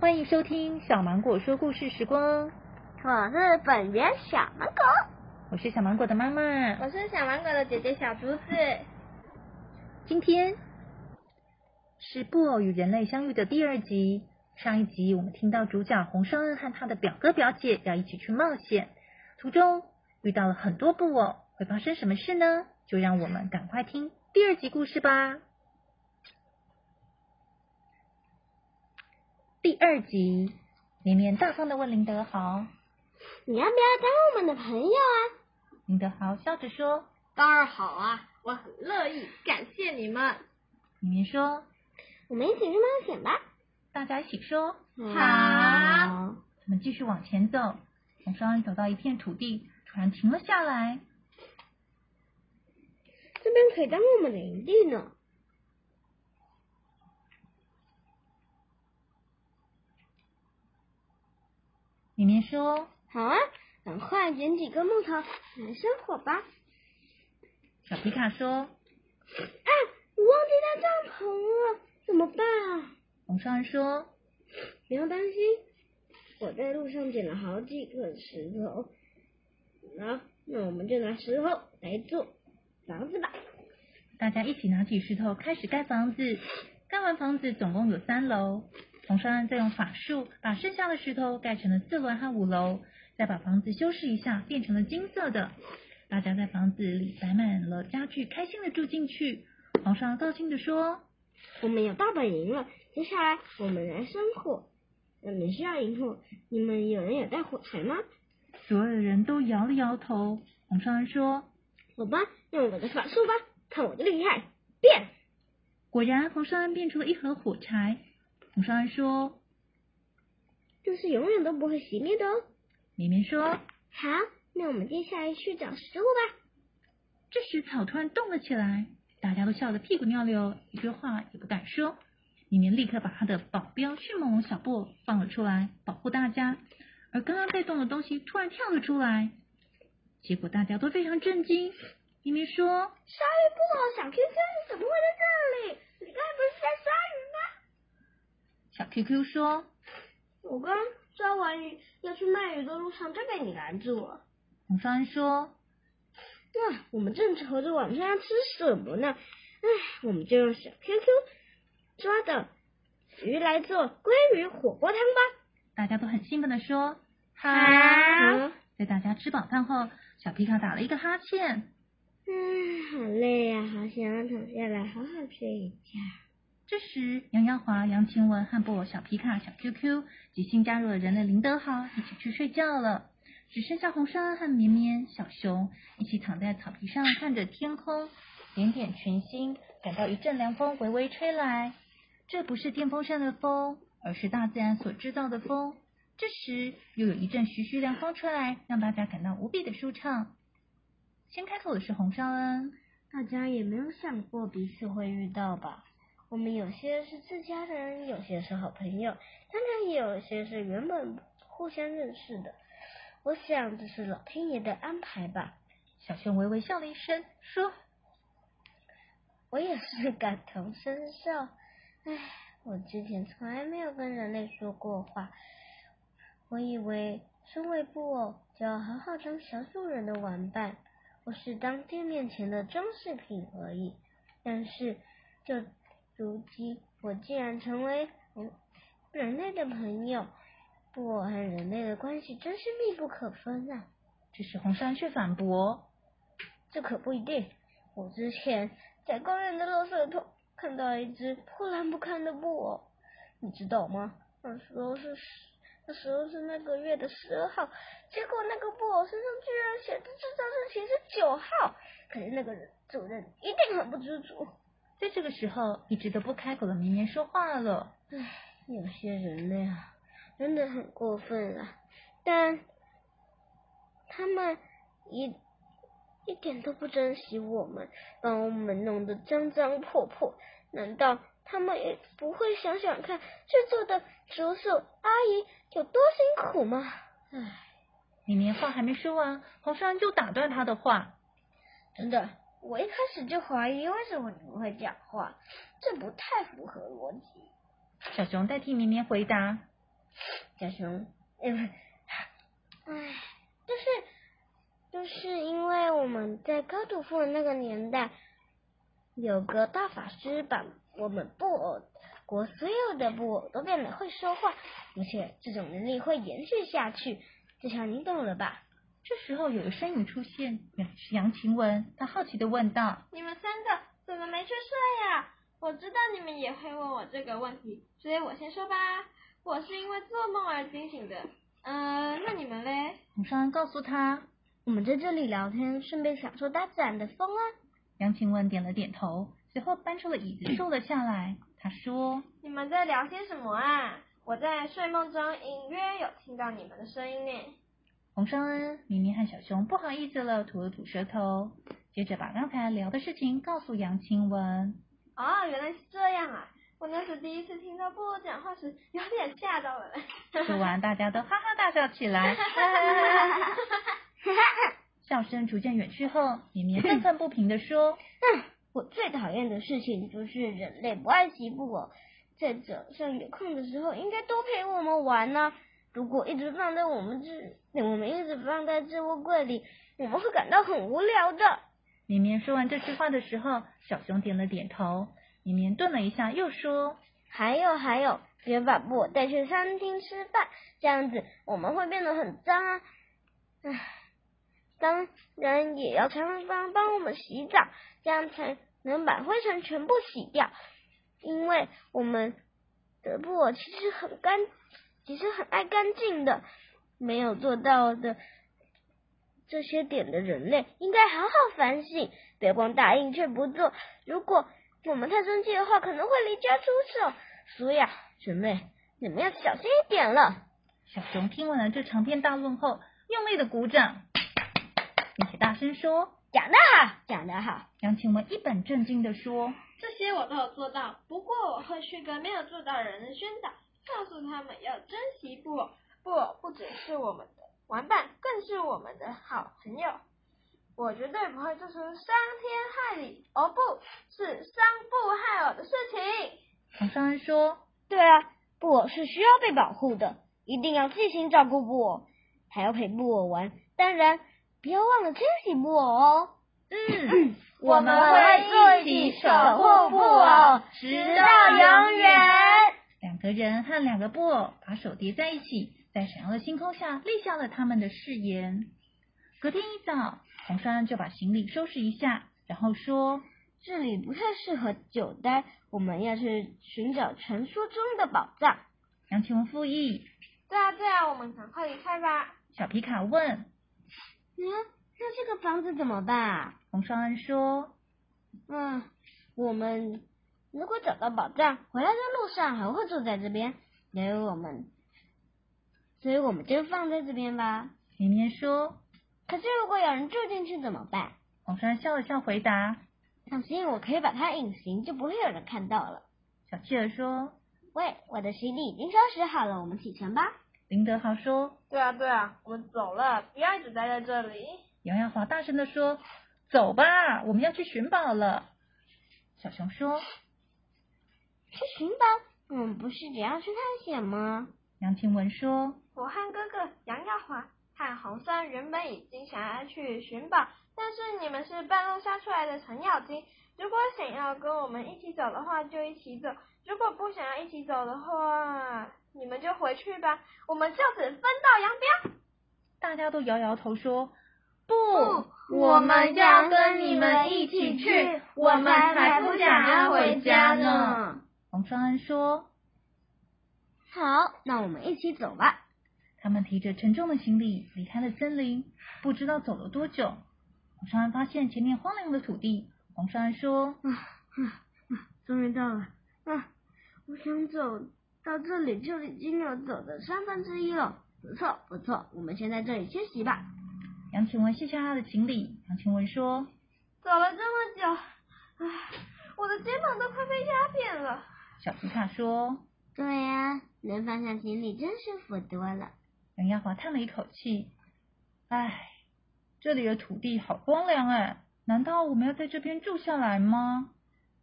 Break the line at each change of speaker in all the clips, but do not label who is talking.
欢迎收听小芒果说故事时光，
我是本人小芒果，
我是小芒果的妈妈。
我是小芒果的姐姐小竹子。
今天是布偶与人类相遇的第二集。上一集我们听到主角洪尚恩和他的表哥表姐要一起去冒险，途中遇到了很多布偶，会发生什么事呢？就让我们赶快听第二集故事吧。第二集，绵绵大方的问林德豪，
你要不要当我们的朋友啊？
林德豪笑着说
当然好啊，我很乐意，感谢你们。：“
绵绵说，
我们一起去冒险吧。
大家一起说。”
嗯
好，
他们继续往前走，从双恩走到一片土地，突然停了下来。
这边可以当我们的营地呢。
绵绵说
好啊，赶快捡几根木头来生火吧。啊，：“
小皮卡说。
我忘记带帐篷了，怎么办啊？”
红双恩说
不用担心，我在路上捡了好几个石头。好，那我们就拿石头来做房子吧。：“
大家一起拿起石头，开始盖房子。盖完房子，总共有三楼。红双恩再用法术把剩下的石头盖成了四楼和五楼，再把房子修饰一下，变成了金色的。大家在房子里摆满了家具，开心的住进去。皇上高兴的说
我们有大本营了，接下来我们来生火。我们需要引火，你们有人有带火柴吗？：“
所有人都摇了摇头。”红双恩说：“
好吧，用我的法术吧，看我的厉害！变，
果然，洪尚恩变出了一盒火柴。洪尚恩说
这是永远都不会熄灭的哦。：“
绵绵说，
好，那我们接下来去找食物吧。
这时草突然动了起来，大家都笑得屁滚尿流，一句话也不敢说。”绵绵立刻把他的保镖迅猛龙小布偶放了出来，保护大家。而刚刚被动的东西突然跳了出来，结果大家都非常震惊。绵绵说
鲨鱼布偶小 Q Q 你怎么会在这里？你该不是在鲨鱼吗？：“
小 QQ 说，
我刚抓完鱼要去卖鱼的路上就被你拦住了。
洪尚恩说，
那我们正愁着晚上要吃什么呢？唉，我们就用小 QQ 抓的鱼来做鲑鱼火锅汤吧。
大家都很兴奋的说，好
好，
在大家吃饱饭后，小皮卡打了一个哈欠，
嗯，好累呀、好想要躺下来好好睡一觉。
这时，杨耀华、杨晴雯、汉布偶、小皮卡、小 QQ 及新加入的人类林德豪一起去睡觉了，只剩下红山和绵绵、小熊一起躺在草皮上，看着天空，点点群星，感到一阵凉风微微吹来。这不是电风扇的风，而是大自然所制造的风。这时，又有一阵徐徐凉风吹来，让大家感到无比的舒畅。先开口的是洪绍恩，
大家也没有想过彼此会遇到吧？我们有些是自家人，有些是好朋友，当然也有些是原本互相认识的。我想这是老天爷的安排吧。
小熊微微笑了一声，说
我也是感同身受。唉，我之前从来没有跟人类说过话，我以为身为布偶就要好好当小主人的玩伴，我是当店面前的装饰品而已。但是，就如今我竟然成为人人类的朋友，布偶和人类的关系真是密不可分啊！：“
这时红山却反驳。”
这可不一定。我之前在公园的垃圾桶看到一只破烂不堪的布偶，你知道吗？那时候是十，那时候是那个月的十二号，结果那个布偶身上居然写着制造日期是九号，可是那个人主任一定很不知足。
在这个时候，一直都不开口的绵绵说话了。
有些人类啊，真的很过分啊！但他们一一点都不珍惜我们，把我们弄得脏脏破破。难道他们也不会想想看，制作的叔叔阿姨有多辛苦吗？唉，
绵绵话还没说完，红山就打断他的话。
真的，我一开始就怀疑为什么你们会讲话，这不太符合逻辑。
小熊代替绵绵回答。
小熊，哎不，哎，就是就是因为我们在高祖父的那个年代，有个大法师把我们布偶国所有的布偶都变得会说话，而且这种能力会延续下去。这下你懂了吧？
这时候有个身影出现，原来是杨晴雯。她好奇的问道
你们三个怎么没去睡呀、我知道你们也会问我这个问题，所以我先说吧。我是因为做梦而惊醒的。嗯、那你们嘞？：“
洪尚恩告诉她。
我们在这里聊天，顺便享受大自然的风啊。”
杨晴雯点了点头，随后搬出了椅子坐了下来。她说
你们在聊些什么啊？我在睡梦中隐约有听到你们的声音呢。：“
洪尚恩，明明和小熊不好意思了，吐了吐舌头，接着把刚才聊的事情告诉杨晴雯。”
哦，原来是这样啊！我那时第一次听到布偶讲话时，有点吓到了。
说完，大家都哈哈大笑起来。 笑声逐渐远去后，绵绵愤愤不平地说
我最讨厌的事情就是人类不爱惜布偶。再者上有空的时候，应该多陪我们玩呢、如果一直放在我们置，我们一直放在置物柜里，我们会感到很无聊的。：“
绵绵说完这句话的时候，小熊点了点头。绵绵顿了一下，又说
还有还有，别把布偶带去餐厅吃饭，这样子我们会变得很脏啊！唉，当然也要常常帮我们洗澡，这样才能把灰尘全部洗掉。因为我们的布偶其实很干，其实很爱干净的，没有做到的。这些点的人类应该好好反省，别光答应却不做。如果我们太生气的话，可能会离家出走。所以啊，人类，你们要小心一点了。：“
小熊听完了这长篇大论后，用力的鼓掌，并且大声说
讲得好，讲得好。：‘
杨晴雯一本正经地说，
这些我都有做到，不过我会去跟没有做到的人宣导，告诉他们要珍惜布偶。布偶不只是我们的玩伴，更是我们的好朋友。我绝对不会做出伤天害理，哦不是伤布害我的事情。
洪尚恩说
对啊，布偶是需要被保护的，一定要细心照顾布偶，还要陪布偶玩。当然，不要忘了清洗布偶哦。：‘
嗯，
我们会一起守护布偶
直
到永远。
两个人和两个布偶把手叠在一起，在闪耀的星空下立下了他们的誓言。隔天一早，洪山就把行李收拾一下，然后说
这里不太适合久待，我们要去寻找传说中的宝藏。：“
杨晴雯复议。
对啊对啊，我们赶快离开吧。’
小皮卡问
嗯，那这个房子怎么办啊？
洪双恩说
嗯，我们如果找到宝藏，回来的路上还会住在这边，所以我们，所以我们就放在这边吧。：‘
绵绵说。
可是如果有人住进去怎么办？’
洪双笑了笑回答。
放心，我可以把它隐形，就不会有人看到了。
小企鹅说。
喂，我的行李已经收拾好了，我们启程吧。
林德豪说。
对啊对啊，我们走了，不要一直待在这里。
杨耀华大声的说：‘走吧，我们要去寻宝了。’小熊说。
去寻宝，我们不是只要去探险吗？
杨晴雯说。
我和哥哥杨耀华和洪山原本已经想要去寻宝，但是你们是半路杀出来的程咬金。如果想要跟我们一起走的话，就一起走；如果不想要一起走的话，你们就回去吧。我们就此分道扬镳。
大家都摇摇头说：“不，
我们要跟你们一起去
我们才不想要回家呢。”洪双恩说
好，那我们一起走吧。：“
他们提着沉重的行李离开了森林，不知道走了多久。”洪双恩发现前面荒凉的土地。洪双恩说
终于到了，啊，我想走到这里就已经有走的三分之一了。不错不错，我们先在这里休息吧。：“
杨晴雯卸下她的行李。”杨晴雯说
走了这么久，唉，我的肩膀都快被压扁了。：“
小皮卡说。
对呀、能放下行李真舒服多了。”
杨亚华叹了一口气：“唉，这里的土地好荒凉哎，难道我们要在这边住下来吗？”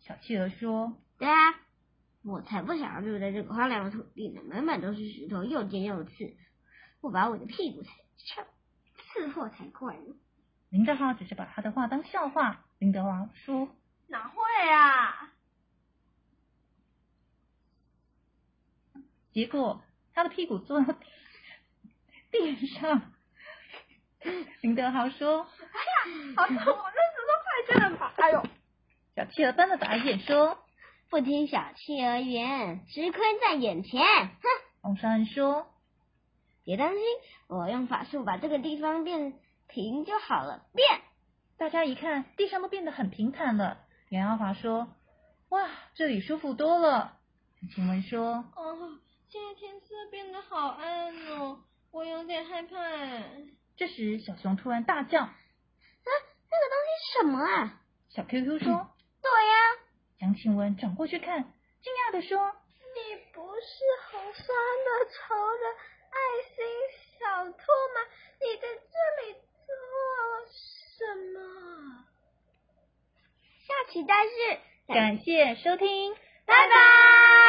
小企鹅说。
对啊，我才不想住在这个荒凉的土地呢，满满都是石头，又尖又刺，不把我的屁股踩翘，刺破才怪呢。
林德浩只是把他的话当笑话。林德华说
哪会啊？：“
结果他的屁股坐到垫上。”林德豪说
哎好痛！我那石头太尖了吧？哎呦，：“
小企鹅般的白眼说。
不听小气而言，吃亏在眼前。”
红山说
别担心，我用法术把这个地方变平就好了。变，：“
大家一看，地上都变得很平坦了。”杨耀华说：“哇，这里舒服多了。”晴雯说
哦，现在天色变得好暗哦，我有点害怕。：“
这时，小熊突然大叫。
那个东西是什么啊？”
小 QQ 说
对呀、：“
杨晴雯转过去看，惊讶的说
你不是红山的仇人爱心小兔吗？你在这里做什么？
下期待续，：“
感谢收听，
拜拜哦